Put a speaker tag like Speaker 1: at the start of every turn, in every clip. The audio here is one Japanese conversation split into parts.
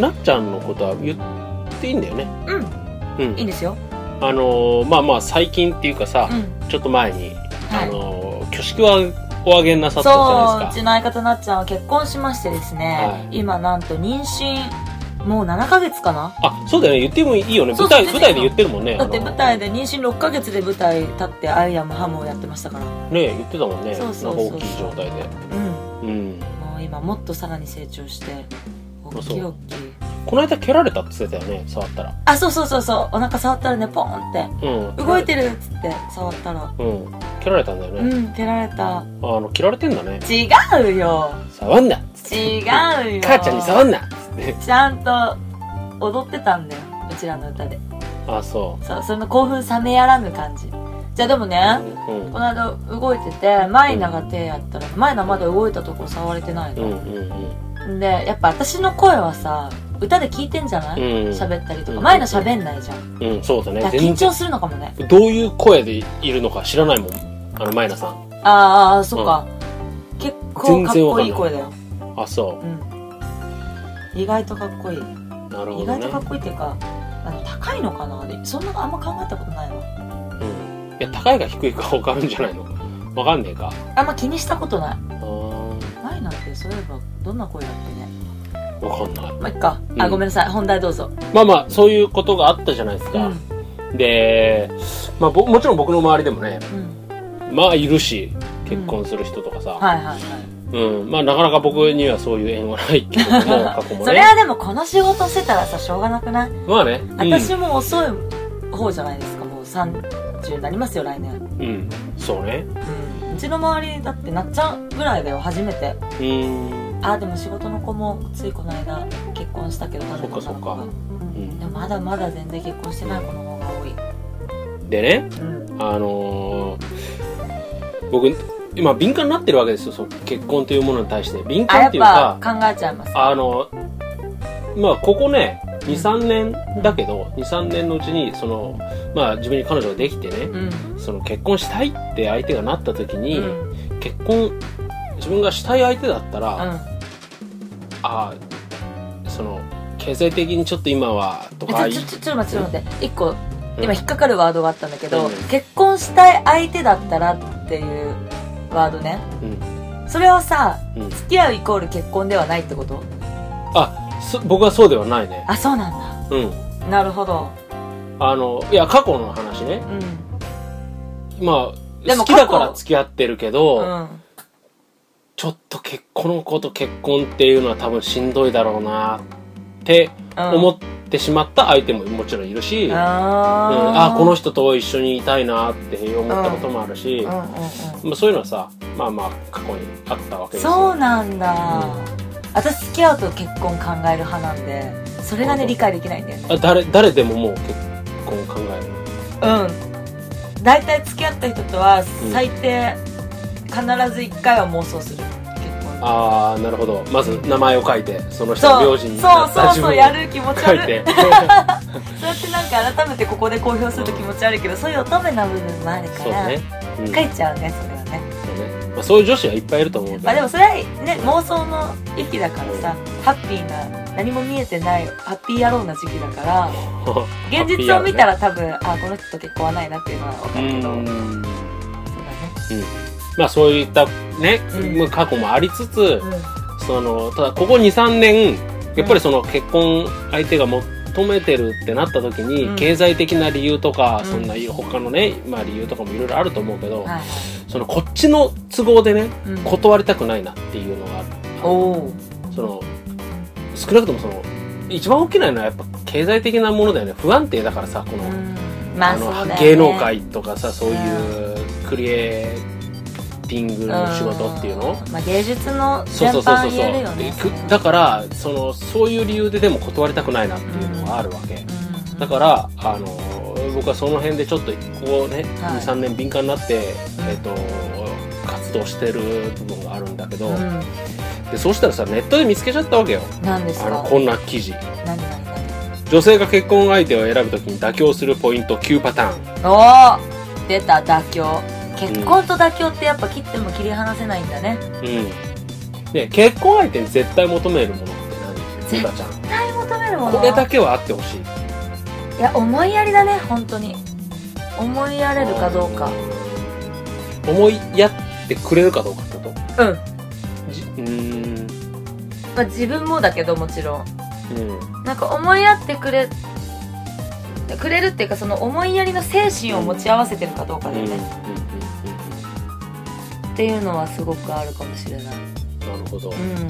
Speaker 1: なっちゃんのことは言っていいんだよね
Speaker 2: うん
Speaker 1: うん
Speaker 2: いいんですよ
Speaker 1: あのーまあまあ最近っていうかさ
Speaker 2: う、ん
Speaker 1: ちょっと前に、
Speaker 2: はい
Speaker 1: あのー挙式はおあげなさったじゃ
Speaker 2: そ
Speaker 1: ないう
Speaker 2: う
Speaker 1: で
Speaker 2: う
Speaker 1: す
Speaker 2: ち
Speaker 1: か
Speaker 2: の相方なっちゃんは結婚しましてですね、
Speaker 1: はい
Speaker 2: 今なんと妊娠もう7ヶ月かな
Speaker 1: あそうだよね言ってもいいよね
Speaker 2: そ
Speaker 1: 舞
Speaker 2: うそ
Speaker 1: 台舞
Speaker 2: う
Speaker 1: 台で言ってるもんね
Speaker 2: だって
Speaker 1: あのー
Speaker 2: 舞台で妊娠6ヶ月で舞台立って「アイアムハム」をやってましたからう
Speaker 1: ね言ってたもんね
Speaker 2: そうそうそ
Speaker 1: な
Speaker 2: う
Speaker 1: んか大きい状態で
Speaker 2: ん
Speaker 1: うん
Speaker 2: もう今もっとさらに成長しておっきい
Speaker 1: あそう
Speaker 2: おっきい
Speaker 1: この間蹴られたって言ってたよね触ったら
Speaker 2: あそうそうそうそうお腹触ったらねポンって
Speaker 1: うん
Speaker 2: 動いてるっつって触ったら
Speaker 1: うん蹴られたんだよ
Speaker 2: う
Speaker 1: ね、
Speaker 2: ん蹴られた
Speaker 1: あの蹴られてんだね
Speaker 2: 違うよ
Speaker 1: 触んな
Speaker 2: 違うよ
Speaker 1: 母ちゃんに触
Speaker 2: ん
Speaker 1: んなっつって
Speaker 2: ちゃんと踊ってたんだようちらの歌で
Speaker 1: あそ
Speaker 2: そうその興奮冷めやらぬ感じじゃあでも
Speaker 1: う、
Speaker 2: ね
Speaker 1: うん
Speaker 2: この間動いててマイナが手やったらマイナまだ動いたとこ触れてない
Speaker 1: うんう
Speaker 2: の、
Speaker 1: んうん
Speaker 2: でやっぱ私の声はさ歌で聞いてんじゃな
Speaker 1: う
Speaker 2: い
Speaker 1: ん
Speaker 2: 喋、ったりと
Speaker 1: う
Speaker 2: か
Speaker 1: ん
Speaker 2: マイナ喋んないじゃん
Speaker 1: うん、うん、そうだ
Speaker 2: だ
Speaker 1: ね
Speaker 2: から緊
Speaker 1: 全然
Speaker 2: 張するのかもね
Speaker 1: どういう声でいるのか知らないもんあのマイナさん
Speaker 2: あーあーそっか、結構かっこいい声だよ、
Speaker 1: あそ
Speaker 2: うん、意外とかっこいい、
Speaker 1: うなるほ
Speaker 2: 意
Speaker 1: ど
Speaker 2: 外
Speaker 1: ね
Speaker 2: とかっこいいっていうかあの高いのかなでそんなあんま考えたことないわ
Speaker 1: うん、いや高いか低いか分かるんじゃないの分かんねえか
Speaker 2: あんま気にしたことない
Speaker 1: あー
Speaker 2: マイナってそういえばどんな声だっけね
Speaker 1: 分かんない
Speaker 2: まあいっか、
Speaker 1: う
Speaker 2: あ
Speaker 1: ん
Speaker 2: ごめんなさい本題どうぞ
Speaker 1: まあまあそういうことがあったじゃないです
Speaker 2: う
Speaker 1: か
Speaker 2: ん、
Speaker 1: で、まあ、ぼもちろん僕の周りでもね
Speaker 2: うん
Speaker 1: まあいるし結婚する人とかさ、
Speaker 2: はいはいはい
Speaker 1: うん、まあなかなか僕にはそういう縁はないけ ども過去も
Speaker 2: それ
Speaker 1: ね
Speaker 2: はでもこの仕事してたらさしょうがなくない
Speaker 1: まあね
Speaker 2: 私も遅い方じゃないですかもう30になりますよ来年
Speaker 1: うん、うん、そうね
Speaker 2: うんうちの周りだってなっちゃうぐらいだよ初めて
Speaker 1: うーん
Speaker 2: あーでも仕事の子もついこの間結婚したけど
Speaker 1: そっかそっか
Speaker 2: 女
Speaker 1: う
Speaker 2: の子がでもまだまだ全然結婚してない子の方が多い
Speaker 1: んでね
Speaker 2: うん
Speaker 1: あのー僕今敏感になってるわけですよその結婚というものに対して敏
Speaker 2: あ
Speaker 1: 感
Speaker 2: や
Speaker 1: っ
Speaker 2: って
Speaker 1: いうか
Speaker 2: ぱ考えちゃいます
Speaker 1: あのまあここね23年だけど23年のうちにそのまあ自分に彼女ができてね
Speaker 2: うん
Speaker 1: その結婚したいって相手がなった時に、
Speaker 2: うん
Speaker 1: 結婚自分がしたい相手だったら、ああその経済的にちょっと今はとか
Speaker 2: うん、ちょちょちょちょっと待ってちょっと待って一個今引っかかるワードがあったんだけど、
Speaker 1: うん
Speaker 2: 結婚したい相手だったらっていうワードね
Speaker 1: うん
Speaker 2: それはさ
Speaker 1: うんうん
Speaker 2: 付き合うイコール結婚ではないってこと
Speaker 1: あそ僕はそうではないね
Speaker 2: あそうなん
Speaker 1: うん
Speaker 2: だなるほど
Speaker 1: あのいや過去の話ね
Speaker 2: うん
Speaker 1: ま
Speaker 2: で
Speaker 1: あ好
Speaker 2: も過
Speaker 1: き
Speaker 2: 去
Speaker 1: だから付き合ってるけど、
Speaker 2: うん
Speaker 1: ちょっと結この子と結婚っていうのは多分しんどいだろうなって
Speaker 2: うん
Speaker 1: 思ってしまった相手ももちろんいるし、うん
Speaker 2: あ
Speaker 1: あ
Speaker 2: ー、
Speaker 1: この人と一緒にいたいなって思ったこともあるし、
Speaker 2: うんうんうん
Speaker 1: まあ、そういうのはさまあまあ過去にあったわけですよ
Speaker 2: そうなんだ、
Speaker 1: うん
Speaker 2: 私付き合うと結婚考える派なんでそれがね理解できないんだよね
Speaker 1: あ誰誰でももう結婚考える
Speaker 2: うん大体付き合った人とは
Speaker 1: ん
Speaker 2: 最低必ず1回は妄想する結婚
Speaker 1: ああなるほどまず名前を書いてその人の
Speaker 2: そ
Speaker 1: 名
Speaker 2: う
Speaker 1: 字
Speaker 2: そう
Speaker 1: になった
Speaker 2: そう
Speaker 1: 自分
Speaker 2: そう
Speaker 1: を
Speaker 2: やる気持ち
Speaker 1: 書
Speaker 2: 悪
Speaker 1: い
Speaker 2: い
Speaker 1: て
Speaker 2: そうやってなんか改めてここで公表すると気持ち悪いけどそういう乙女な部分もあるか
Speaker 1: そう
Speaker 2: ら、
Speaker 1: ね、うんそう
Speaker 2: 書
Speaker 1: ね
Speaker 2: いちゃうねそれはね
Speaker 1: まあ、そういう女子はいっぱいいると思うけど、
Speaker 2: まあでもそれはね妄想の域だからさハッピーな何も見えてないハッピー野郎な時期だから 現実を見た
Speaker 1: ら
Speaker 2: ら多分あこの人と結婚はないなっていうのは分
Speaker 1: う
Speaker 2: かるけど
Speaker 1: ん
Speaker 2: そう
Speaker 1: まあそういったね、
Speaker 2: うん
Speaker 1: まあ過去もありつつ
Speaker 2: だね
Speaker 1: そのただここ23年やっぱりその結婚相手が求めてるってなった時に、
Speaker 2: うん
Speaker 1: 経済的な理由とか、
Speaker 2: うん
Speaker 1: そんな他のね、まあ、理由とかもいろいろあると思うけど、
Speaker 2: うんはい
Speaker 1: そのこっちの都合でね
Speaker 2: うん
Speaker 1: 断りたくないなっていうのがある
Speaker 2: おお
Speaker 1: その少なくともその一番大きなのはやっぱ経済的なものだよね不安定だからさこの,、
Speaker 2: まあ
Speaker 1: の
Speaker 2: そうだよね
Speaker 1: 芸能界とかさそういうクリエイティングの仕事っていうの、
Speaker 2: うんまあ芸術の
Speaker 1: そう
Speaker 2: 全
Speaker 1: そうそうそ
Speaker 2: 般
Speaker 1: う
Speaker 2: 言えるよね
Speaker 1: でくだからそのそういう理由ででも断りたくないなっていうのがあるわけ、だかららあの僕はその辺でちょっとここね、
Speaker 2: はい
Speaker 1: 23年敏感になって、えっと活動してる部分があるんだけど、
Speaker 2: うん
Speaker 1: でそうしたらさネットで見つけちゃったわけよ
Speaker 2: 何です
Speaker 1: あの
Speaker 2: か
Speaker 1: こんな記事
Speaker 2: 何何何
Speaker 1: 女性が結婚相手を選ぶときに妥協するポイント9パターン
Speaker 2: おお出た妥協結婚と妥協ってやっぱ切っても切り離せないんだね
Speaker 1: うんで結婚相手に絶対求めるものって何
Speaker 2: 絶
Speaker 1: ゆかちゃん
Speaker 2: 絶対求えるもの
Speaker 1: これだけはあってほしい
Speaker 2: いや思いやりだね本当に思いやれるかどうか
Speaker 1: うん思いやってくれるかどうかってこと
Speaker 2: うん、
Speaker 1: じうーん
Speaker 2: まあ、自分もだけどもちろん
Speaker 1: うん
Speaker 2: なんか思いやってくれくれるっていうかその思いやりの精神を持ち合わせてるかどうか
Speaker 1: うん
Speaker 2: だ
Speaker 1: うんう
Speaker 2: よ
Speaker 1: んうん
Speaker 2: ね、っていうのはすごくあるかもしれない
Speaker 1: なるほど、
Speaker 2: うん
Speaker 1: うん、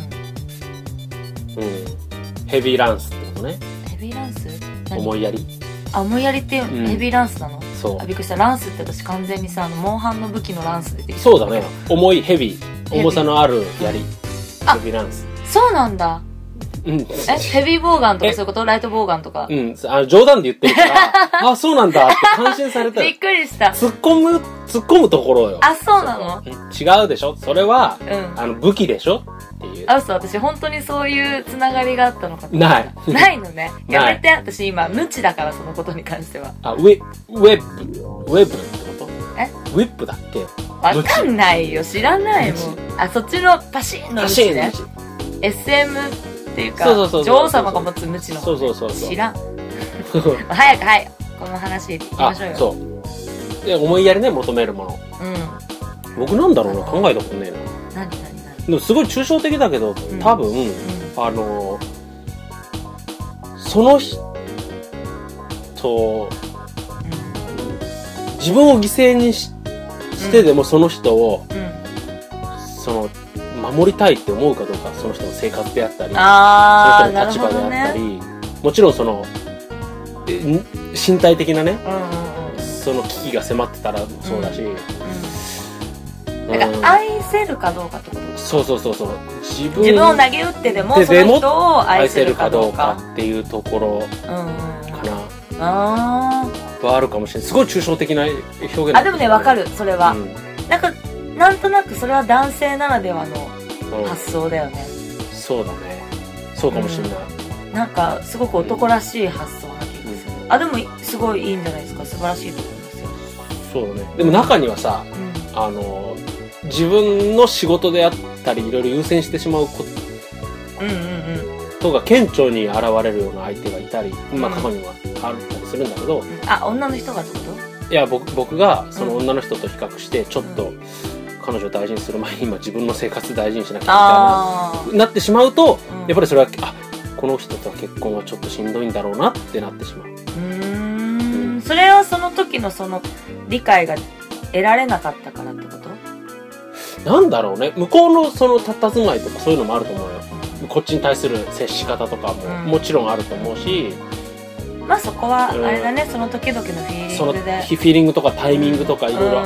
Speaker 1: ヘビーランスってことね
Speaker 2: ヘビーランス何
Speaker 1: 思いやり
Speaker 2: あ思いやりっていう
Speaker 1: うん
Speaker 2: ヘビーランスなの、
Speaker 1: そ
Speaker 2: あびっくりしたランスって私完全にさあのモンハンの武器のランス出て
Speaker 1: う
Speaker 2: きた
Speaker 1: そうだね重いヘビー
Speaker 2: ヘビ
Speaker 1: 重さのあるやり
Speaker 2: あ
Speaker 1: ヘビーランス
Speaker 2: そうなんだ
Speaker 1: うん
Speaker 2: えヘビーボーガンとか
Speaker 1: え
Speaker 2: そういうことライトボーガンとか、
Speaker 1: うん、あ冗談で言ってる から、あ、そうなんだって感心された
Speaker 2: び
Speaker 1: よ
Speaker 2: っ。くりした
Speaker 1: 突っ込む、突っ込むところよ。
Speaker 2: あそうなの
Speaker 1: 違うでしょそれは、
Speaker 2: うん
Speaker 1: あの、武器でしょっていう。
Speaker 2: あそう私本当にそういうつながりがあったのかと思った
Speaker 1: ない。
Speaker 2: ないのねや
Speaker 1: ない
Speaker 2: めて私今無知だからそのことに関しては
Speaker 1: あ、ウェ、ウェップ。ウェブってこと
Speaker 2: え
Speaker 1: ウィップだっけ
Speaker 2: わかんないよ知らないもんあそっちのパシーンの無知ね
Speaker 1: そう
Speaker 2: SM っていうか
Speaker 1: そうそうそう
Speaker 2: 女王様が持つ無知の
Speaker 1: そうそうそう。
Speaker 2: 知らん早くはいこの話行きま
Speaker 1: あ、
Speaker 2: しょうよ
Speaker 1: そう。で、思いやりね、求めるもの。
Speaker 2: うん
Speaker 1: 僕なんだろうな、考えたことねえな。
Speaker 2: 何何何
Speaker 1: でもすごい抽象的だけど、
Speaker 2: ん
Speaker 1: 多分、あのその人
Speaker 2: う
Speaker 1: 自分を犠牲にししてでもその人を、
Speaker 2: んうんうん
Speaker 1: その守りたいって思うかどうかその人の生活であったり
Speaker 2: あ
Speaker 1: そ
Speaker 2: あな
Speaker 1: の
Speaker 2: る
Speaker 1: 人
Speaker 2: ほ
Speaker 1: の立場
Speaker 2: ど
Speaker 1: であったり、
Speaker 2: ね
Speaker 1: もちろんそのえん身体的なね
Speaker 2: うんうんうん
Speaker 1: その危機が迫ってたらそうだし、
Speaker 2: うんだ
Speaker 1: う
Speaker 2: か
Speaker 1: ん
Speaker 2: ら愛せるかどうかってこと
Speaker 1: そうそうそうそう自分
Speaker 2: 自分を投げ打ってでも
Speaker 1: で
Speaker 2: その
Speaker 1: でも
Speaker 2: 人を愛
Speaker 1: 愛
Speaker 2: せ
Speaker 1: せ
Speaker 2: る
Speaker 1: る
Speaker 2: か
Speaker 1: か
Speaker 2: ど
Speaker 1: ど
Speaker 2: う
Speaker 1: う
Speaker 2: か
Speaker 1: かっていうところ
Speaker 2: うんうん
Speaker 1: かな
Speaker 2: うんあ
Speaker 1: はあるかもしれないすごい抽象的な表現だけ
Speaker 2: ー
Speaker 1: ど
Speaker 2: あでもねわかるそれは、
Speaker 1: うん
Speaker 2: なんかなんとなくそれは男性ならではの
Speaker 1: うん
Speaker 2: 発想だよね、
Speaker 1: そうだねそうかもしれない、
Speaker 2: なんかすごく男らしい発想な気がする、あでもすごいいいんじゃないですか素晴らしいと思いますよ、
Speaker 1: そうだねでも中にはさ
Speaker 2: うん、
Speaker 1: あの自分の仕事であったりいろいろ優先してしまうこ
Speaker 2: うんうんうん
Speaker 1: とが顕著に現れるような相手がいたり、まあ、
Speaker 2: うん
Speaker 1: 過去にはあったりするんだけど、
Speaker 2: あ女の人がってこと
Speaker 1: いや僕僕がその
Speaker 2: うん
Speaker 1: 女の人と比較してちょっと彼女を大事にする前に今自分の生活大事にしなきゃ
Speaker 2: あ
Speaker 1: みたいななってしまうと
Speaker 2: あ
Speaker 1: やっぱりそれはあこの人とは結婚はちょっとしんどいんだろうなってなってしまう。
Speaker 2: うーんそれはその時のその理解が得られなかったからってこと
Speaker 1: なんだろうね向こうのそのたたずまいとかそういうのもあると思うよこっちに対する接し方とかも
Speaker 2: うん
Speaker 1: もちろんあると思うし、
Speaker 2: まあそこはあれだね、その時々のフィーリ
Speaker 1: そ
Speaker 2: ン
Speaker 1: の
Speaker 2: グ
Speaker 1: フ
Speaker 2: で
Speaker 1: ィフィーリングとかタイミングとかいろいろ
Speaker 2: ろ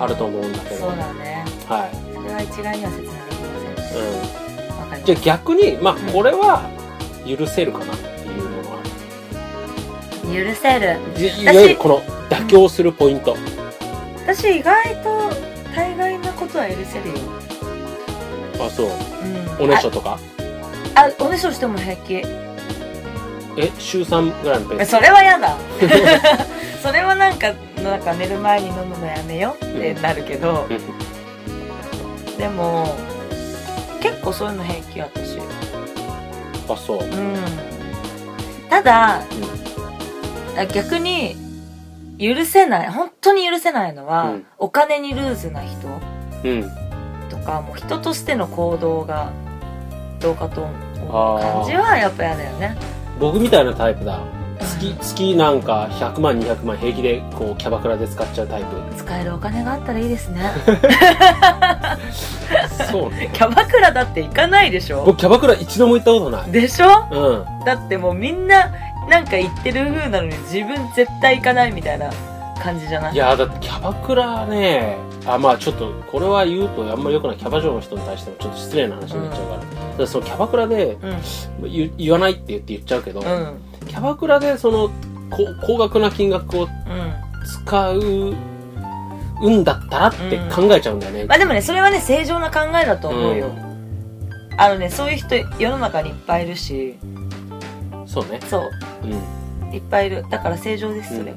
Speaker 1: あると思うんだけど、
Speaker 2: そうだね
Speaker 1: はい、
Speaker 2: それは一概には説明できませんね
Speaker 1: う
Speaker 2: わか
Speaker 1: ん、
Speaker 2: りま
Speaker 1: じゃあ
Speaker 2: し
Speaker 1: 逆にまあこれは許せるかなっていうのは
Speaker 2: た許せる
Speaker 1: じいわゆるこの妥協するポイント、
Speaker 2: 私意外と大概なことは許せるよ、
Speaker 1: あそう
Speaker 2: うん、
Speaker 1: おねしょとか
Speaker 2: ああおねしょしても平気
Speaker 1: え週3ぐらいのペース
Speaker 2: それは嫌だ それはなんかなんか寝る前に飲むのやめようってなるけど、でも結構そういうの平気私
Speaker 1: あそう
Speaker 2: うんただ、あ逆に許せない本当に許せないのは、
Speaker 1: うん
Speaker 2: お金にルーズな人
Speaker 1: うん
Speaker 2: とかもう人としての行動がどうかと思う感じはやっぱ嫌だよね
Speaker 1: 僕みたいなタイプだ月月なんか100万200万平気でこうキャバクラで使っちゃうタイプ
Speaker 2: 使えるお金があったらいいですね
Speaker 1: そうね
Speaker 2: キャバクラだって行かないでしょ
Speaker 1: 僕キャバクラ一度も行ったことない
Speaker 2: でしょ
Speaker 1: うん
Speaker 2: だってもうみんななんか行ってる風なのに自分絶対行かないみたいな感じじゃない
Speaker 1: いやーだってキャバクラねあまあちょっとこれは言うとあんまり良くないキャバ嬢の人に対してもちょっと失礼な話になっちゃうから,、だからそのキャバクラで
Speaker 2: うん
Speaker 1: 言言わないって言って言っちゃうけど、
Speaker 2: うんうん
Speaker 1: キャバクラでそのこ高額な金額を使うんだったらって考えちゃうんだよね、
Speaker 2: まあでもねそれはね正常な考えだと思うよ、あのねそういう人世の中にいっぱいいるし
Speaker 1: そうね
Speaker 2: そ
Speaker 1: うん
Speaker 2: ういっぱいいるだから正常ですそれは、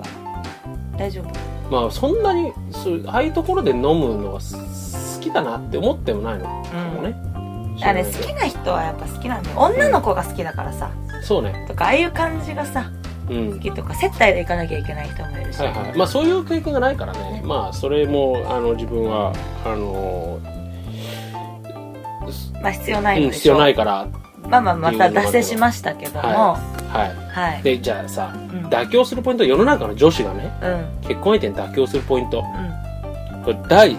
Speaker 2: 大丈夫
Speaker 1: まあそんなにそうああいうところで飲むのが好きだなって思ってもないのかもね、
Speaker 2: あれ好きな人はやっぱ好きなんだよ女の子が好きだからさ、
Speaker 1: そうね
Speaker 2: とかああいう感じがさ
Speaker 1: うん
Speaker 2: 好きとか接待で行かなきゃいけない人もいるし、
Speaker 1: はいはい、まあそういう経験がないからね、まあそれもあの自分はあの
Speaker 2: まあ必要ない
Speaker 1: うん
Speaker 2: で
Speaker 1: 必
Speaker 2: しょ
Speaker 1: 要ないから、
Speaker 2: まあまあまた脱線しましたけどもは、
Speaker 1: はいい。でじゃあさ、
Speaker 2: うんうん
Speaker 1: 妥協するポイント、世の中の女子がね、
Speaker 2: うん
Speaker 1: 結婚相手に妥協するポイント、これ第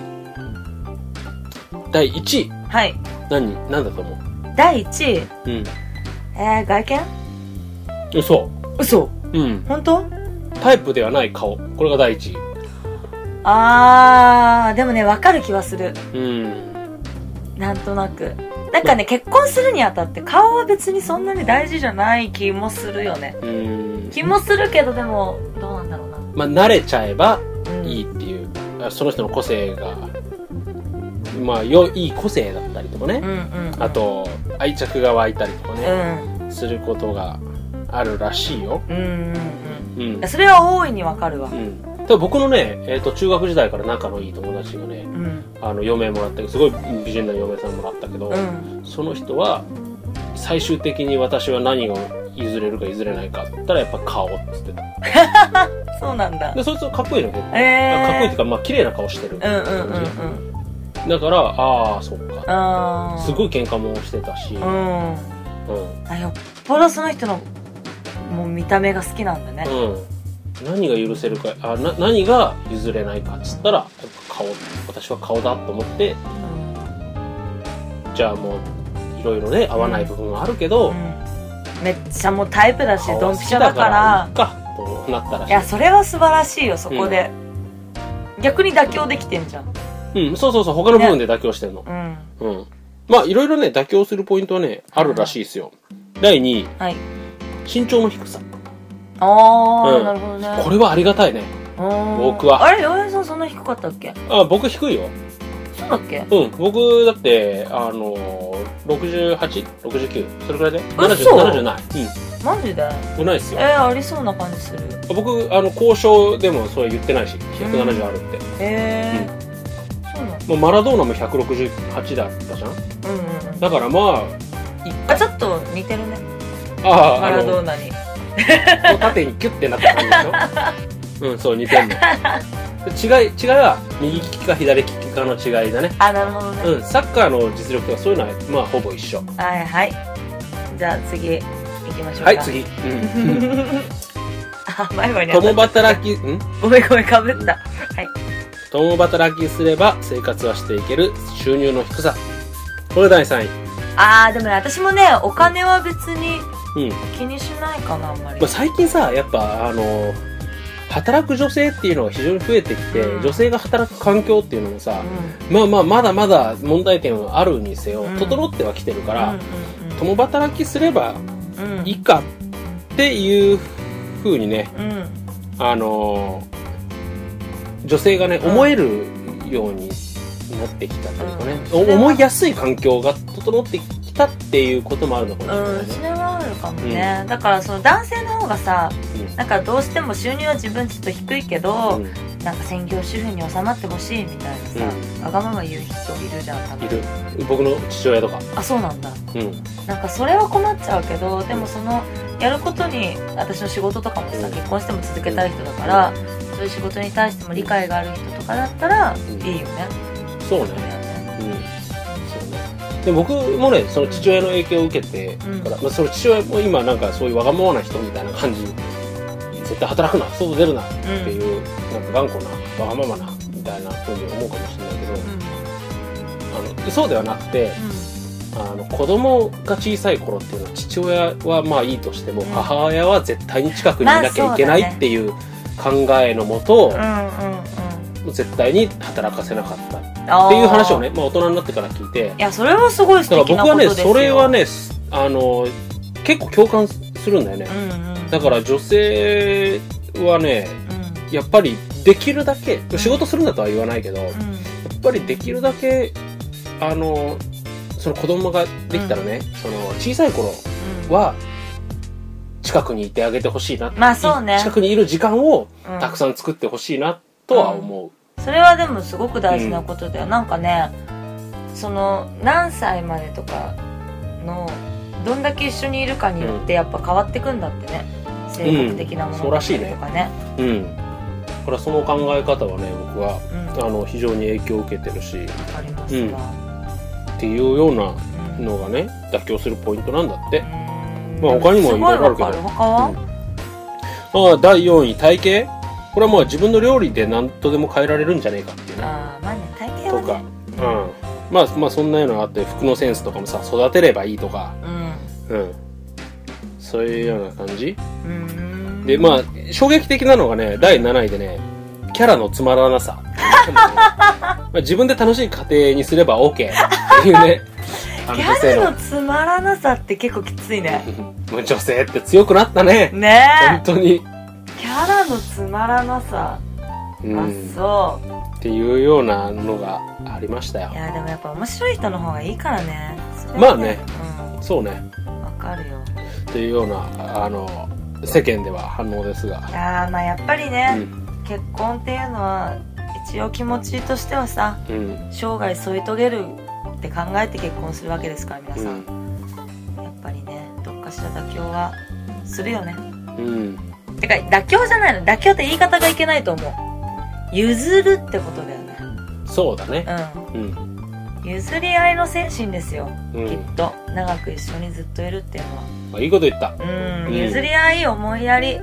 Speaker 1: 第1位
Speaker 2: はい
Speaker 1: 何何だと思う？
Speaker 2: 第1位
Speaker 1: うん、
Speaker 2: えー、外見
Speaker 1: 嘘。
Speaker 2: 嘘
Speaker 1: うん、
Speaker 2: 本当
Speaker 1: タイプではない顔、これが第1位。
Speaker 2: あーでもね分かる気はする
Speaker 1: うん、
Speaker 2: なんとなくなんかね結婚するにあたって顔は別にそんなに大事じゃない気もするよね
Speaker 1: うん。
Speaker 2: 気もするけどでもどうなんだろうな、
Speaker 1: まあ慣れちゃえば
Speaker 2: うん
Speaker 1: いいっていう、あその人の個性がまあよいい個性だったりとかね。
Speaker 2: うんうんうん
Speaker 1: あと愛着が湧いたりとか
Speaker 2: う
Speaker 1: ね、
Speaker 2: ん
Speaker 1: することがあるらしいよ。
Speaker 2: うんうんうん
Speaker 1: うん
Speaker 2: いや。それは大いにわかるわ
Speaker 1: うん。ただ僕のね、えっ、と、中学時代から仲のいい友達がね
Speaker 2: う、ん
Speaker 1: あの、嫁もらったけど、すごい美人な嫁さんもらったけど、
Speaker 2: うん
Speaker 1: その人は、最終的に私は何を譲れるか譲れないかって言ったらやっぱ顔っつってた。
Speaker 2: そうなんだ
Speaker 1: で、そいつはかっこいいの結構。
Speaker 2: ええ
Speaker 1: かっこいいっていうか、まあ、綺麗な顔してる。
Speaker 2: うんうんうんうん
Speaker 1: だから、ああ、そっか。
Speaker 2: あー
Speaker 1: すごい喧嘩もしてたし、う
Speaker 2: うん
Speaker 1: ん。うん。
Speaker 2: あよっぽどその人のもう見た目が好きなんだね
Speaker 1: うん、何が許せるかあな何が譲れないかっつったらやっぱ顔私は顔だと思って
Speaker 2: うん
Speaker 1: じゃあもういろいろね合わない部分はあるけど、
Speaker 2: うんめっちゃもうタイプだし
Speaker 1: 顔
Speaker 2: ド
Speaker 1: は
Speaker 2: ン
Speaker 1: 好
Speaker 2: ピ
Speaker 1: き
Speaker 2: シャだから
Speaker 1: いっかとなったらし
Speaker 2: いやそれは素晴らしいよそこで、逆に妥協できてんじゃん
Speaker 1: い、うん、そうそうそう他の部分で妥協してるの、
Speaker 2: うん
Speaker 1: うんまあいろいろね妥協するポイントはねあるらしいですよ第2位
Speaker 2: はい
Speaker 1: 身長の低さ
Speaker 2: ああ、
Speaker 1: うん
Speaker 2: なるほどね
Speaker 1: これはありがたいね僕
Speaker 2: 僕
Speaker 1: は
Speaker 2: あれ洋平さんそんな低かったっけ
Speaker 1: あ僕低いよ
Speaker 2: そうだっけ
Speaker 1: うん僕だってあのー、6869それくらいで
Speaker 2: 嘘
Speaker 1: 7070ない
Speaker 2: マジで
Speaker 1: うんないっす
Speaker 2: え
Speaker 1: よ
Speaker 2: ー、ありそうな感じする
Speaker 1: 僕あの交渉でもそれ言ってないし170あるって、
Speaker 2: えーそうなの
Speaker 1: もうマラドーナも168だったじゃん
Speaker 2: うんうんうん
Speaker 1: だからま
Speaker 2: あちょっと似てるね
Speaker 1: あああ
Speaker 2: マ
Speaker 1: あ
Speaker 2: ラドー
Speaker 1: の
Speaker 2: ナに
Speaker 1: 縦にキュッてなった感じで しょうんそう似てんの違い違いは右利きか左利きかの違いだね
Speaker 2: あなるほどね、
Speaker 1: うんサッカーの実力とかそういうのはまあほぼ一緒
Speaker 2: はいはいじゃあ次行きましょうか
Speaker 1: はい 次、うん、
Speaker 2: あ前歯に当たっ
Speaker 1: 共働きん
Speaker 2: たごめんごめんかぶった
Speaker 1: 共働きすれば生活はしていける収入の低さこれ第3位
Speaker 2: ああでもね私もねお金は別に
Speaker 1: うん
Speaker 2: 気にしないかなあんまり
Speaker 1: まあ、最近さやっぱあの働く女性っていうのが非常に増えてきて、
Speaker 2: うん
Speaker 1: 女性が働く環境っていうのもさ
Speaker 2: う、ん
Speaker 1: まあまあまだまだ問題点はあるにせよ、
Speaker 2: うん
Speaker 1: 整ってはきてるから、
Speaker 2: う
Speaker 1: 共働きすれば
Speaker 2: んうんうん
Speaker 1: いいかっていうふうにね
Speaker 2: うん
Speaker 1: あの女性がね
Speaker 2: ん
Speaker 1: 思えるようになってきたというかね、
Speaker 2: うん
Speaker 1: お思いやすい環境が整ってきたっていうこともあるのかもしれ
Speaker 2: う
Speaker 1: なんい
Speaker 2: そ
Speaker 1: ね。
Speaker 2: れはあるかもね、だからその男性の方がさ
Speaker 1: うん
Speaker 2: なんかどうしても収入は自分ちょっと低いけど、
Speaker 1: うん
Speaker 2: なんか専業主婦に収まってほしいみたいなさ、わがまま言う人いるじゃん多分
Speaker 1: いる僕の父親とか、
Speaker 2: あそうなんだ
Speaker 1: うん、
Speaker 2: なんかそれは困っちゃうけどでもそのやることに私の仕事とかもさ
Speaker 1: うん
Speaker 2: 結婚しても続けたい人だからそういう仕事に対しても理解がある人とかだったら
Speaker 1: ん
Speaker 2: いいよね
Speaker 1: そうね
Speaker 2: それはね
Speaker 1: うんそうねで僕もねその父親の影響を受けてから、まあ、その父親も今なんかそういうわがままな人みたいな感じ絶対働くな外出るなって
Speaker 2: うん
Speaker 1: いう、なんか頑固なわがままなみたいなふうに思うかもしれないけど、あのそうではなくてあの子供が小さい頃っていうのは父親はまあいいとしても、
Speaker 2: うん
Speaker 1: 母親は絶対に近くにいなきゃいけないっていう考えのも
Speaker 2: う
Speaker 1: と、
Speaker 2: んうんうんうん
Speaker 1: 絶対に働かせなかったっ
Speaker 2: って
Speaker 1: いう話をね、まあ、大人になってから聞いて、
Speaker 2: いやそれはすご
Speaker 1: だ
Speaker 2: い
Speaker 1: か
Speaker 2: 素
Speaker 1: ら
Speaker 2: 敵
Speaker 1: 僕
Speaker 2: な
Speaker 1: は
Speaker 2: こと
Speaker 1: ね
Speaker 2: ですよ
Speaker 1: それはねすあの結構共感するんだよね
Speaker 2: う、んうん
Speaker 1: だから女性はね
Speaker 2: う
Speaker 1: やっぱりできるだけ仕事するんだとは言わないけど、やっ
Speaker 2: んうん
Speaker 1: ぱりできるだけあのその子供ができたらね、その小さい頃は近くにいてあげてほしいな、
Speaker 2: まあそうね
Speaker 1: い近くにいる時間を
Speaker 2: うん
Speaker 1: たくさん作ってほしいなとは思う、
Speaker 2: それはでもすごく大事なことだよ、なんかねその何歳までとかのどんだけ一緒にいるかによってやっぱ変わってくんだってね、性格的なもの
Speaker 1: そう
Speaker 2: だ
Speaker 1: ら
Speaker 2: っ
Speaker 1: しい
Speaker 2: たり
Speaker 1: ね
Speaker 2: とかね,、
Speaker 1: うんこれはその考え方はね僕は
Speaker 2: うんわ
Speaker 1: あの非常に影響を受けてるしっ
Speaker 2: かりますわ、
Speaker 1: ていうような
Speaker 2: うん
Speaker 1: のがね妥協するポイントなんだって、
Speaker 2: ま
Speaker 1: まあ他にもいろいろあるけど
Speaker 2: 他は、
Speaker 1: まあ第4位体型これはまあ自分の料理で何とでも変えられるんじゃねえかっていうね
Speaker 2: ああまあね体型
Speaker 1: と
Speaker 2: は
Speaker 1: か
Speaker 2: ね、
Speaker 1: うんまあ、まあそんなようなのがあって服のセンスとかもさ育てればいいとか、
Speaker 2: うん
Speaker 1: うん、そういうような感じ
Speaker 2: うん
Speaker 1: でまあ衝撃的なのがね第7位でねキャラのつまらなさ まあ自分で楽しい家庭にすれば OK っていう ねあ
Speaker 2: ギ
Speaker 1: の女
Speaker 2: ャ
Speaker 1: 性
Speaker 2: ル
Speaker 1: の
Speaker 2: のつまらなさって結構きついね
Speaker 1: もう女性って強くなったね
Speaker 2: ね
Speaker 1: 本当に、
Speaker 2: えキャラのつまらなさ、
Speaker 1: うん、
Speaker 2: あそ
Speaker 1: っていうようなのがありましたよ
Speaker 2: ういやでもやっぱ面白い人の方がいいからねそれは
Speaker 1: まあねそうね
Speaker 2: うんわかるよ
Speaker 1: っていうようなあの世間では反応ですが、
Speaker 2: あーまあやっぱり
Speaker 1: う
Speaker 2: ね、
Speaker 1: ん
Speaker 2: 結婚っていうのは一応気持ちとしてはさ
Speaker 1: うん
Speaker 2: 生涯添い遂げるって考えて結婚するわけですから皆
Speaker 1: う
Speaker 2: さん
Speaker 1: ん、
Speaker 2: やっぱりねどっかしら妥協はするよね
Speaker 1: うん、
Speaker 2: てか妥協じゃないの妥協って言い方がいけないと思う譲るってことだよね
Speaker 1: そうだねうん
Speaker 2: うん譲り合いの精神ですよ、
Speaker 1: う
Speaker 2: きっ
Speaker 1: ん、
Speaker 2: と長く一緒にずっといるっていうのは
Speaker 1: まあ、いいこと言った、
Speaker 2: うん、
Speaker 1: うん
Speaker 2: 譲り合い思いやり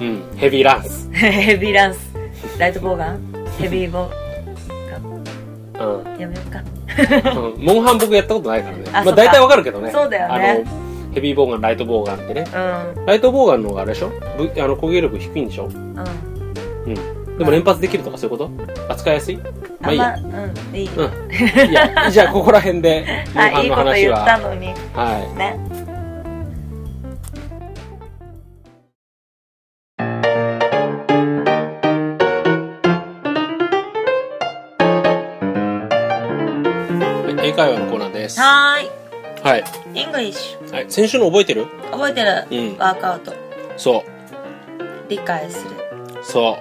Speaker 1: うん、ヘビーランス、
Speaker 2: ヘビーランスライトボウガンヘビーボウ
Speaker 1: うん
Speaker 2: やめようか
Speaker 1: うんモンハン僕やったことないからね。
Speaker 2: あ
Speaker 1: まあ
Speaker 2: そっか
Speaker 1: 大体わかるけどね。
Speaker 2: そうだよね
Speaker 1: あの、ヘビーボウガン、ライトボウガンってね。
Speaker 2: う
Speaker 1: ライトボウガンの方があれでしょぶあの、攻撃力低いんでしょ
Speaker 2: んうん
Speaker 1: でも連発できるとかそういうこと扱いやすいまあ
Speaker 2: あ
Speaker 1: い
Speaker 2: ん
Speaker 1: い
Speaker 2: ま
Speaker 1: や。
Speaker 2: うんいい、
Speaker 1: うん。いや、じゃあここら辺で、モン
Speaker 2: あ
Speaker 1: ハ
Speaker 2: い
Speaker 1: ン
Speaker 2: い
Speaker 1: の
Speaker 2: こと
Speaker 1: 話
Speaker 2: 言った
Speaker 1: は。
Speaker 2: のに
Speaker 1: は
Speaker 2: ね
Speaker 1: い。英会話のコーナーです。は
Speaker 2: はーい
Speaker 1: い。
Speaker 2: イングリッシュ
Speaker 1: はい。先週の覚えてる
Speaker 2: 覚えてる、
Speaker 1: うん
Speaker 2: ワークアウト
Speaker 1: そ
Speaker 2: 理解する
Speaker 1: う。そ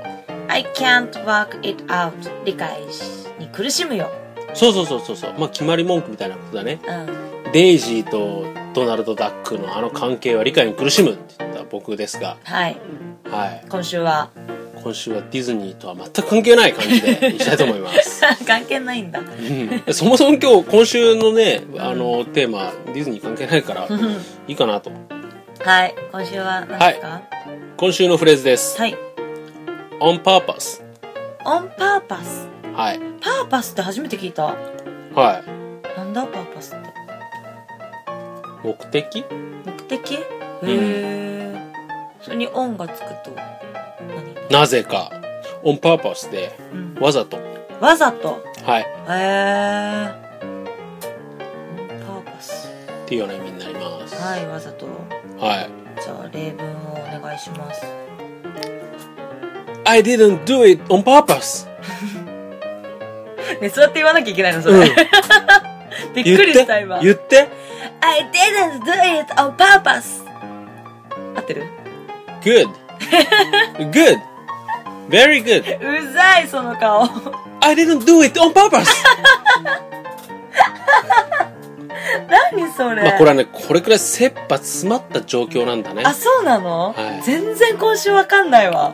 Speaker 2: I can't work it out 理解しに苦しむよ
Speaker 1: う。そうそうそうそうそう。まあ、決まり文句みたいなことだね。
Speaker 2: うん
Speaker 1: デイジーとドナルド・ダックのあの関係は理解に苦しむって言った僕ですが、
Speaker 2: はい
Speaker 1: はい。
Speaker 2: 今週は
Speaker 1: 今週はディズニーとは全く関係ない感じでいきたいと思い ます。
Speaker 2: 関係ないんだ
Speaker 1: うんそもそも今日、今週のね、あの、テーマ、ディズニー関係ないから、いいかなと。
Speaker 2: はい今週は何ですか
Speaker 1: 今週のフレーズです。
Speaker 2: はい、
Speaker 1: on purpose。
Speaker 2: on purpose
Speaker 1: はい。
Speaker 2: パーパスって初めて聞いた
Speaker 1: は
Speaker 2: なんだパーパスって
Speaker 1: い。目的
Speaker 2: 目的へ
Speaker 1: ん
Speaker 2: え、それに on がつくと何、
Speaker 1: なぜか、on purpose で、
Speaker 2: うん、
Speaker 1: わざと。
Speaker 2: わざと
Speaker 1: はい。
Speaker 2: へえ on purpose
Speaker 1: っていうような意味になります。
Speaker 2: はいわざと
Speaker 1: はい。
Speaker 2: じゃあ例文をお願いします
Speaker 1: I didn't do it on purpose.
Speaker 2: ねそうやって言わなきゃいけないのそ
Speaker 1: うん。
Speaker 2: び
Speaker 1: 言
Speaker 2: っくりした
Speaker 1: って
Speaker 2: 今。
Speaker 1: 言って
Speaker 2: I didn't do it on purpose! 合ってる
Speaker 1: good. good. Very good.
Speaker 2: うざいその顔。
Speaker 1: I didn't do it on purpose.
Speaker 2: 何それ。
Speaker 1: まあこれはね、これくらい切羽詰まった状況なんだね。
Speaker 2: あ、そうなの、
Speaker 1: はい
Speaker 2: 全然今週わかんないわ。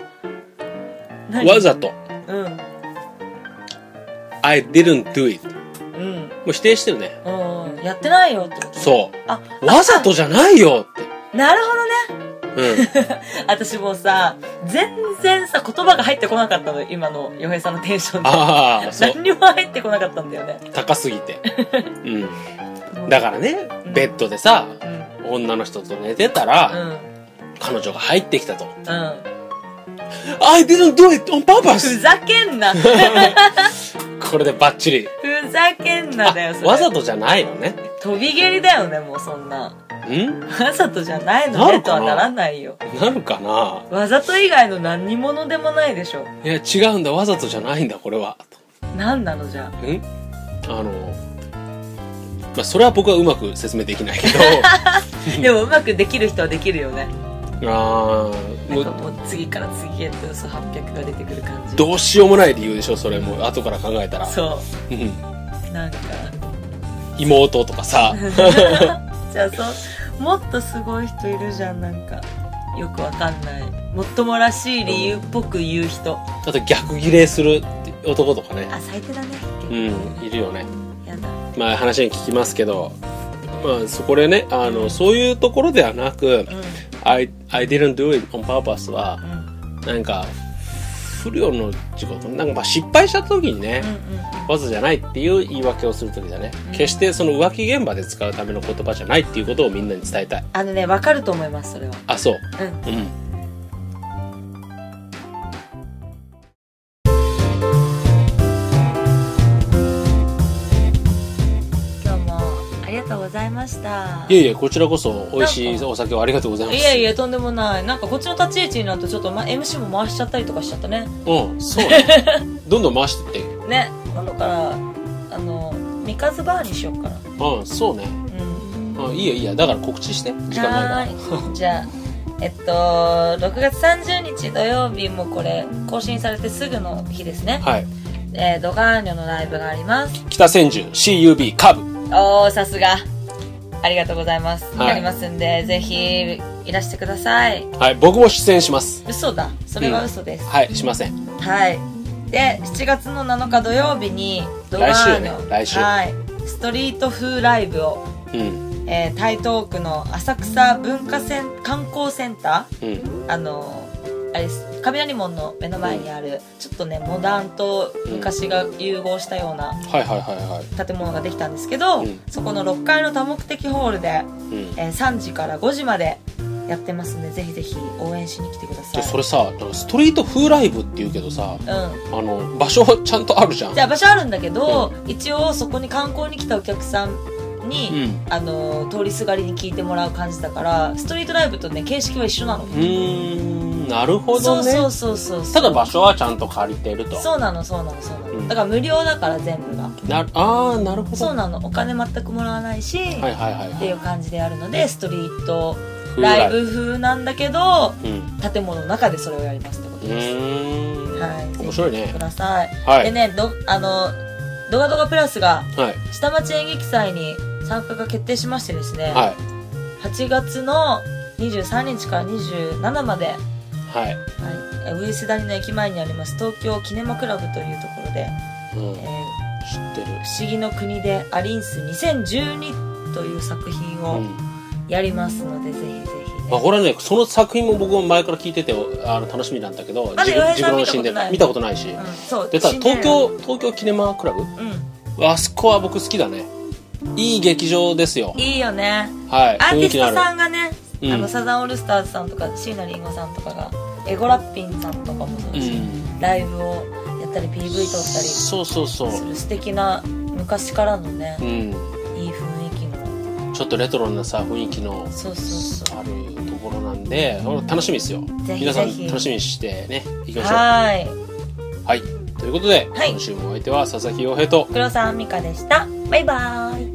Speaker 2: 何
Speaker 1: わざと。
Speaker 2: うん。
Speaker 1: I didn't do it. も
Speaker 2: うん。
Speaker 1: う否定してるね。
Speaker 2: うん。やってないよってこと
Speaker 1: そ
Speaker 2: あ、
Speaker 1: う。わざとじゃないよっ
Speaker 2: なるほどね。
Speaker 1: て。
Speaker 2: 私もうさ、全然さ、言葉が入ってこなかったの、今の洋平さんのテンション
Speaker 1: うん。ああ、そう
Speaker 2: 何。にも入ってこなかったんだよね。
Speaker 1: 高すぎて。うん。だからね、ベッドでさ、
Speaker 2: ら。うん。
Speaker 1: 女の人と寝てた
Speaker 2: う
Speaker 1: ら、
Speaker 2: ん。
Speaker 1: 彼女が入ってきたと。
Speaker 2: うん。
Speaker 1: I didn't do it on
Speaker 2: ふ
Speaker 1: purpose!
Speaker 2: ざけんな。
Speaker 1: これでバッチリ。
Speaker 2: ふざけんなだよ、それ。
Speaker 1: わざとじゃないのね。
Speaker 2: 飛び蹴りだよね、もうそんな。
Speaker 1: ん
Speaker 2: わざとじゃないの
Speaker 1: な
Speaker 2: ね
Speaker 1: る
Speaker 2: と
Speaker 1: かな
Speaker 2: はならないよ。
Speaker 1: なるかな
Speaker 2: わざと以外の何者でもないでしょ。
Speaker 1: いや、違うんだ。わざとじゃないんだ、これは。
Speaker 2: 何なのじゃ
Speaker 1: うんあの、まあ、それは僕はうまく説明できないけ ど、
Speaker 2: あ。でもうまくできる人はできるよね。
Speaker 1: あー
Speaker 2: な
Speaker 1: も
Speaker 2: んか
Speaker 1: う
Speaker 2: もう次から次へと嘘800が出てくる感じ。
Speaker 1: どうしようもない理由でしょ、それもう後から考えたら。
Speaker 2: そ
Speaker 1: うん
Speaker 2: う。なんか。
Speaker 1: 妹とかさ、
Speaker 2: じゃあそう、もっとすごい人いるじゃんなんかよくわかんないもっともらしい理由っぽく言う人、
Speaker 1: あと逆ギレする男とかね
Speaker 2: あ最低だね
Speaker 1: うんいるよね
Speaker 2: やだ
Speaker 1: まあ話に聞きますけどまあそこでねあのそういうところではなく
Speaker 2: うん
Speaker 1: 「I, I didn't do it on purpose は」
Speaker 2: うんうん
Speaker 1: なんか不良の事故なんかまあ失敗した時にね、わざじゃないっていう言い訳をする時だね、
Speaker 2: うん
Speaker 1: 決してその浮気現場で使うための言葉じゃないっていうことをみんなに伝えたい
Speaker 2: あのねわかると思いますそれは
Speaker 1: あそう
Speaker 2: うん
Speaker 1: うん
Speaker 2: 今日もありがとうございました
Speaker 1: いえいえこちらこそ美味しいお酒をありがとうございます
Speaker 2: いやいやとんでもないなんかこっちの立ち位置になるとちょっと、ま、MC も回しちゃったりとかしちゃったね
Speaker 1: うんそう ねどんどん回してって
Speaker 2: ね今度からあの三日月バーにしようかな
Speaker 1: うんそうね
Speaker 2: うん
Speaker 1: うんいいやいいやだから告知して時間
Speaker 2: は
Speaker 1: ないか
Speaker 2: ーいじゃあえっと6月30日土曜日もこれ更新されてすぐの日ですね、
Speaker 1: らはい
Speaker 2: えー、ドガーニョのライブがあります
Speaker 1: 北千住 CUB カブ
Speaker 2: おおさすがありがとうございます、
Speaker 1: はい
Speaker 2: ありますんでぜひいらしてください
Speaker 1: はい僕も出演します
Speaker 2: 嘘だそれは嘘です、
Speaker 1: はいしません
Speaker 2: はい。で、7月の7日土曜日に、ドガ
Speaker 1: 来週
Speaker 2: ー
Speaker 1: ね
Speaker 2: の、
Speaker 1: 来週
Speaker 2: はい、ストリート風ライブを、
Speaker 1: うん
Speaker 2: えー台東区の浅草文化セン観光センタ
Speaker 1: うん
Speaker 2: ー、あのーあれです、雷門の目の前にある、ちょっとね、モダンと昔が融合したような
Speaker 1: はいはいはいはい
Speaker 2: 建物ができたんですけど、
Speaker 1: うん
Speaker 2: そこの6階の多目的ホールで、
Speaker 1: うん
Speaker 2: えー3時から5時までやってますんで、ぜひぜひ応援しに来てくださ
Speaker 1: で
Speaker 2: い。
Speaker 1: それさなんかストリート風ライブって言うけどさ
Speaker 2: うん。
Speaker 1: あの場所ちゃんとあるじゃん
Speaker 2: じゃあ場所あるんだけど、一応そこに観光に来たお客さんに、
Speaker 1: う
Speaker 2: あの通りすがりに聞いてもらう感じだからストリートライブとね形式は一緒なの、
Speaker 1: んうーんなるほ
Speaker 2: そ
Speaker 1: ど
Speaker 2: う
Speaker 1: ね
Speaker 2: そうそうそう
Speaker 1: ただ場所はちゃんと借りてると
Speaker 2: そうなのそうなのそうなの、
Speaker 1: うん
Speaker 2: だから無料だから全部が
Speaker 1: なああなるほど
Speaker 2: そうなのお金全くもらわないし、
Speaker 1: はいはいはい
Speaker 2: って
Speaker 1: はい
Speaker 2: いう感じであるのでストリート
Speaker 1: 風
Speaker 2: ライ
Speaker 1: 来
Speaker 2: ブ風なんだけど
Speaker 1: うんう
Speaker 2: 建物の中でそれをやりますってことです、
Speaker 1: ーん
Speaker 2: はい
Speaker 1: 面白いね
Speaker 2: ください、
Speaker 1: は
Speaker 2: で
Speaker 1: い
Speaker 2: ねどあの「ドガドガプラス」が
Speaker 1: はい
Speaker 2: 下町演劇祭に参加が決定しましてですね、
Speaker 1: はい
Speaker 2: 8月の23日から27まで、はい
Speaker 1: はい
Speaker 2: えー、上瀬谷の駅前にあります東京キネマクラブというところで
Speaker 1: うん
Speaker 2: 「えー
Speaker 1: 知ってる
Speaker 2: 不思議の国でアリンス2012」という作品
Speaker 1: う
Speaker 2: を
Speaker 1: ん
Speaker 2: やりますので、ぜひぜひ、
Speaker 1: まあ
Speaker 2: ね、
Speaker 1: これはねその作品も僕も前から聞いててあの楽しみなんだけど
Speaker 2: あれ
Speaker 1: 分
Speaker 2: 洋平さ
Speaker 1: の
Speaker 2: ん見たことない
Speaker 1: 見たことないし
Speaker 2: うん、そう
Speaker 1: でさ
Speaker 2: 死んで
Speaker 1: 東京東京キネマクラブ
Speaker 2: うん
Speaker 1: あそこは僕好きだねいい劇場ですよ
Speaker 2: いいよね
Speaker 1: はい
Speaker 2: アー
Speaker 1: 雰
Speaker 2: ティ
Speaker 1: 囲気
Speaker 2: ス
Speaker 1: のあ
Speaker 2: ト
Speaker 1: る
Speaker 2: さんがね、
Speaker 1: うん
Speaker 2: あのサザンオールスターズさんとか椎名林檎さんとかがエゴラッピンさんとかもそう
Speaker 1: う
Speaker 2: だし、
Speaker 1: ん
Speaker 2: ライブをやったり PV 撮ったり
Speaker 1: そうそうそう
Speaker 2: する素敵な昔からのね
Speaker 1: う、ん
Speaker 2: いい雰囲気の
Speaker 1: ちょっとレトロなさ雰囲気の
Speaker 2: そうそうそ
Speaker 1: あるところなんで楽しみですよ
Speaker 2: ぜひ
Speaker 1: 皆さ
Speaker 2: ぜひ
Speaker 1: ん楽しみにしてねいき
Speaker 2: う
Speaker 1: ましょうは
Speaker 2: はーい
Speaker 1: いということで、
Speaker 2: はい
Speaker 1: 今週もお相手は佐々木陽平と
Speaker 2: 黒沢美香でしたバイバーイ